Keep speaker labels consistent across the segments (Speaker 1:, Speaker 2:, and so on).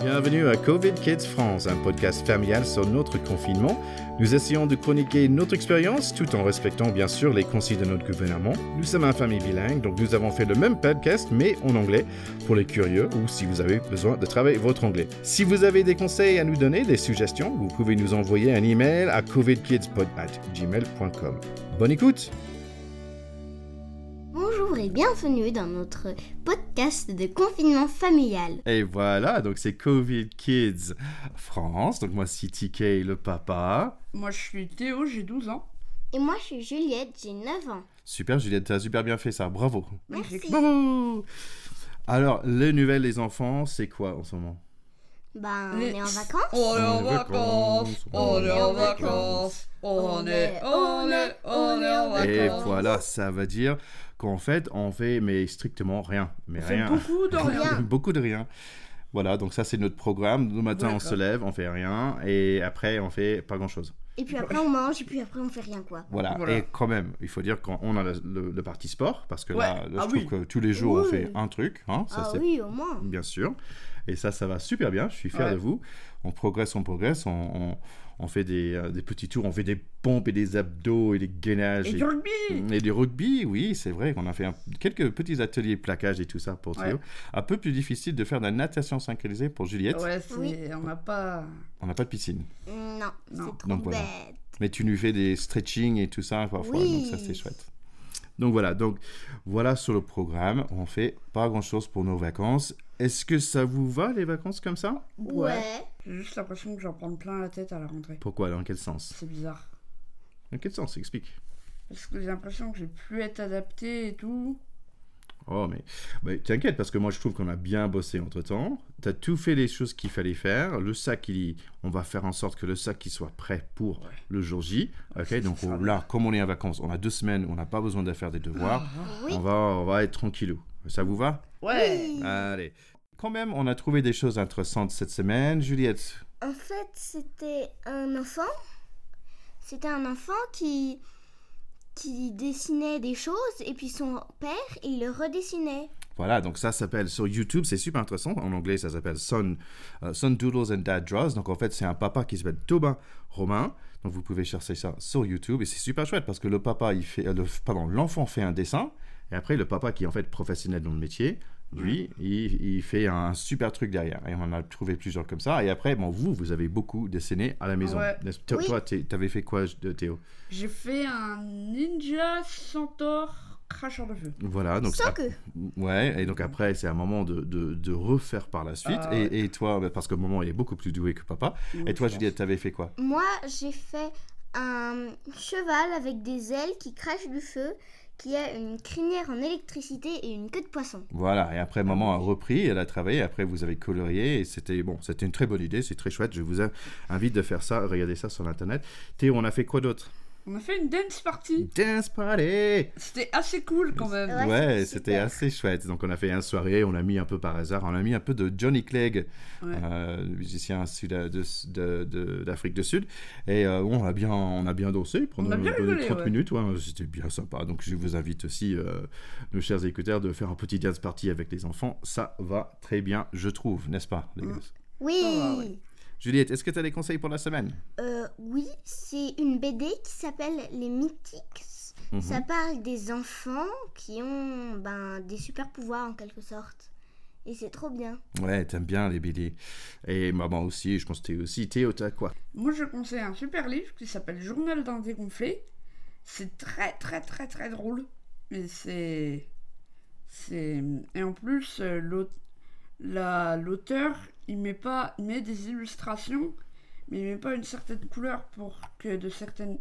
Speaker 1: Bienvenue à Covid Kids France, un podcast familial sur notre confinement. Nous essayons de chroniquer notre expérience tout en respectant bien sûr les conseils de notre gouvernement. Nous sommes une famille bilingue, donc nous avons fait le même podcast mais en anglais pour les curieux ou si vous avez besoin de travailler votre anglais. Si vous avez des conseils à nous donner, des suggestions, vous pouvez nous envoyer un email à covidkidspod@gmail.com. Bonne écoute.
Speaker 2: Bonjour et bienvenue dans notre podcast de confinement familial.
Speaker 1: Et voilà, donc c'est Covid Kids France. Donc moi c'est TK le papa.
Speaker 3: Moi, je suis Théo, j'ai 12 ans.
Speaker 2: Et moi je suis Juliette, j'ai 9 ans.
Speaker 1: Super Juliette, t'as super bien fait ça, bravo.
Speaker 2: Merci.
Speaker 1: Bravo Alors, les nouvelles des enfants, c'est quoi en ce moment
Speaker 2: Ben, on
Speaker 3: Mais-
Speaker 2: est en vacances
Speaker 3: On est en
Speaker 1: On est en vacances,
Speaker 3: vacances, on est en vacances, on est, on est, on est en
Speaker 1: Et
Speaker 3: vacances.
Speaker 1: voilà, ça veut dire qu'en fait, on fait mais strictement rien. Mais
Speaker 3: On fait
Speaker 1: rien.
Speaker 3: beaucoup de rien.
Speaker 2: Rien.
Speaker 1: Beaucoup de rien. Voilà, donc ça c'est notre programme. Le matin on
Speaker 3: D'accord.
Speaker 1: se lève, on fait rien, et après on fait pas grand chose.
Speaker 2: Et puis après on mange et puis après on fait rien quoi.
Speaker 1: Voilà.
Speaker 3: Voilà.
Speaker 1: et quand même, il faut dire qu'on a le, le- le parti sport, parce que
Speaker 3: Ouais.
Speaker 1: là, là,
Speaker 3: Ah
Speaker 1: je trouve
Speaker 3: oui.
Speaker 1: que tous les jours on
Speaker 2: Oui.
Speaker 1: fait un truc, hein, ça
Speaker 2: ah
Speaker 1: c'est
Speaker 2: oui, au moins.
Speaker 1: bien sûr. Et ça, ça va super bien, je suis fier
Speaker 3: Ouais.
Speaker 1: de vous. On progresse, on progresse, on, on- on fait des, euh, des petits tours, on fait des pompes et des abdos et des gainages.
Speaker 3: Et du rugby
Speaker 1: Et du rugby, oui, c'est vrai qu'on a fait un- quelques petits ateliers plaquage et tout ça pour Théo.
Speaker 3: Ouais.
Speaker 1: Un peu plus difficile de faire de la natation synchronisée pour Juliette.
Speaker 3: Ouais, c'est-
Speaker 2: Oui.
Speaker 3: on n'a pas...
Speaker 1: On n'a pas de piscine.
Speaker 2: Non,
Speaker 3: Non.
Speaker 2: c'est trop
Speaker 1: Mm. Donc voilà.
Speaker 2: bête.
Speaker 1: Mais tu nous fais des stretching et tout ça parfois,
Speaker 2: Oui.
Speaker 1: donc ça c'est chouette. Donc voilà, donc voilà sur le programme. On fait pas grand chose pour nos vacances. Est-ce que ça vous va les vacances comme ça
Speaker 2: Ouais.
Speaker 3: J'ai juste l'impression que j'en prends plein la tête à la rentrée.
Speaker 1: Pourquoi Dans quel sens
Speaker 3: C'est bizarre.
Speaker 1: Dans quel sens Explique.
Speaker 3: Parce que j'ai l'impression que j'ai pu être adapté et tout.
Speaker 1: Oh mais, mais t'inquiète parce que moi je trouve qu'on a bien bossé entre temps. T'as tout fait les choses qu'il fallait faire. Le sac il, on va faire en sorte que le sac il soit prêt pour
Speaker 3: Ouais.
Speaker 1: le jour J. Ok,
Speaker 3: Ça,
Speaker 1: donc
Speaker 3: ça sera
Speaker 1: on- là comme on est en vacances, on a deux semaines, on n'a pas besoin de faire des devoirs.
Speaker 2: Ah, Oui.
Speaker 1: On va, on va être tranquillou. Ça vous va
Speaker 3: Ouais
Speaker 1: Allez. Quand même, on a trouvé des choses intéressantes cette semaine, Juliette.
Speaker 2: En fait, c'était un enfant. C'était un enfant qui qui dessinait des choses et puis son père, il le redessinait.
Speaker 1: Voilà, donc ça s'appelle sur YouTube, c'est super intéressant. En anglais, ça s'appelle Son, euh, Son Doodles and Dad Draws. Donc en fait, c'est un papa qui s'appelle Tobin Romain. Donc vous pouvez chercher ça sur YouTube et c'est super chouette parce que le papa, il fait, euh, le, pardon, l'enfant fait un dessin et après le papa qui est en fait professionnel dans le métier, lui, il, il fait un super truc derrière. Et on en a trouvé plusieurs comme ça. Et après, bon, vous, vous avez beaucoup dessiné à la maison.
Speaker 3: Ouais.
Speaker 1: N'est-ce- Toi,
Speaker 2: Oui.
Speaker 1: toi, t'es- t'avais fait quoi, Théo
Speaker 3: J'ai fait un ninja centaure cracheur de feu.
Speaker 1: Voilà, Ah, donc
Speaker 2: Sans
Speaker 1: ça-
Speaker 2: que.
Speaker 1: Ouais, et donc après, c'est un moment de, de, de refaire par la suite.
Speaker 3: Ah
Speaker 1: et,
Speaker 3: ouais.
Speaker 1: et toi, bah, parce que maman, il est beaucoup plus doué que papa. et toi,
Speaker 3: je pense.
Speaker 1: Juliette, t'avais fait quoi
Speaker 2: Moi, j'ai fait un cheval avec des ailes qui crachent du feu, qui a une crinière en électricité et une queue de poisson.
Speaker 1: Voilà, et
Speaker 3: Ah,
Speaker 1: après, maman a repris, elle a travaillé, après, vous avez colorié, et c'était bon, c'était une très bonne idée, c'est très chouette. Je vous in- invite de faire ça, regardez ça sur Internet. Théo, on a fait quoi d'autre
Speaker 3: On a fait une dance party.
Speaker 1: Dance party
Speaker 3: C'était assez cool quand même.
Speaker 2: Ouais,
Speaker 1: Ouais,
Speaker 2: c'était
Speaker 1: c'était
Speaker 2: super.
Speaker 1: assez chouette. Donc on a fait une soirée, on a mis un peu par hasard, on a mis un peu de Johnny Clegg,
Speaker 3: Ouais.
Speaker 1: euh, musicien sud- de- de- de- d'Afrique du Sud. Et euh, on a bien, on a bien dansé pendant
Speaker 3: a bien
Speaker 1: pendant
Speaker 3: rigolé,
Speaker 1: 30
Speaker 3: ouais.
Speaker 1: minutes. ouais, c'était bien sympa. Donc je vous invite aussi, euh, nos chers écouteurs, de faire un petit dance party avec les enfants. Ça va très bien, je trouve, n'est-ce pas, les
Speaker 3: Mm.
Speaker 1: gars
Speaker 2: Oui.
Speaker 3: Ça va, ouais.
Speaker 1: Juliette, est-ce que tu as des conseils pour la semaine
Speaker 2: Euh, oui, c'est une BD qui s'appelle Les Mythiques.
Speaker 1: Mhm.
Speaker 2: Ça parle des enfants qui ont ben, des super pouvoirs en quelque sorte. Et c'est trop bien.
Speaker 1: Ouais, t'aimes bien les BD. Et maman aussi, je pense que t'es aussi. Théo, t'as quoi
Speaker 3: Moi, je conseille un super livre qui s'appelle Journal d'un dégonflé. C'est très, très, très, très drôle. Mais c'est. C'est. Et en plus, euh, l'au- la- l'auteur, il met pas. il met des illustrations, mais il met pas une certaine couleur pour que de certaines.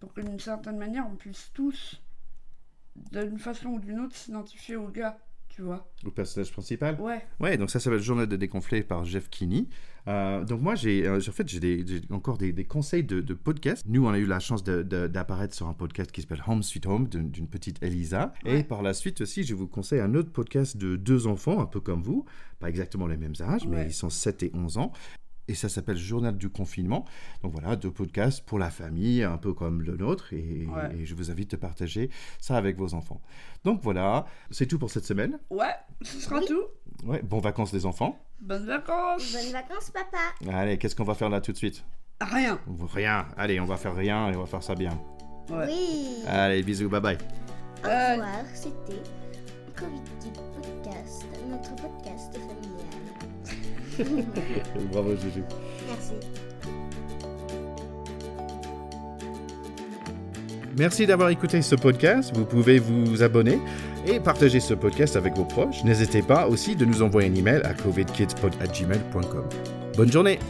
Speaker 3: Pour que d'une certaine manière, on puisse tous, d'une façon ou d'une autre, s'identifier au gars, tu vois.
Speaker 1: Le personnage principal
Speaker 3: Ouais.
Speaker 1: Ouais, donc ça s'appelle Journal de déconflé par Jeff Kinney. Euh, donc moi, j'ai euh, en fait, j'ai des- j'ai encore des, des conseils de, de podcasts. Nous, on a eu la chance de- de- d'apparaître sur un podcast qui s'appelle Home Sweet Home d'une d'une petite Elisa. Et
Speaker 3: Ouais.
Speaker 1: par la suite aussi, je vous conseille un autre podcast de deux enfants, un peu comme vous, pas exactement les mêmes âges, mais
Speaker 3: Ouais.
Speaker 1: ils sont 7 et 11 ans. et ça s'appelle Journal du confinement. Donc voilà, deux podcasts pour la famille, un peu comme le nôtre, et,
Speaker 3: Ouais.
Speaker 1: et je vous invite de partager ça avec vos enfants. Donc voilà, c'est tout pour cette semaine.
Speaker 3: Ouais, ce sera
Speaker 2: Oui.
Speaker 3: tout.
Speaker 1: Ouais, bon vacances les enfants.
Speaker 3: Bonnes vacances.
Speaker 2: Bonnes vacances, papa.
Speaker 1: Allez, qu'est-ce qu'on va faire là tout de suite
Speaker 3: Rien.
Speaker 1: Rien. Allez, on va faire rien et on va faire ça bien.
Speaker 3: Ouais. Ah.
Speaker 2: Oui.
Speaker 1: Allez, bisous, bye bye.
Speaker 2: Au
Speaker 3: Euh.
Speaker 2: revoir, c'était Covid Kid Podcast, notre podcast familial.
Speaker 1: Bravo, Juju.
Speaker 2: Merci.
Speaker 1: Merci d'avoir écouté ce podcast. Vous pouvez vous abonner et partager ce podcast avec vos proches. N'hésitez pas aussi de nous envoyer un email à covidkidspod@gmail.com. Bonne journée.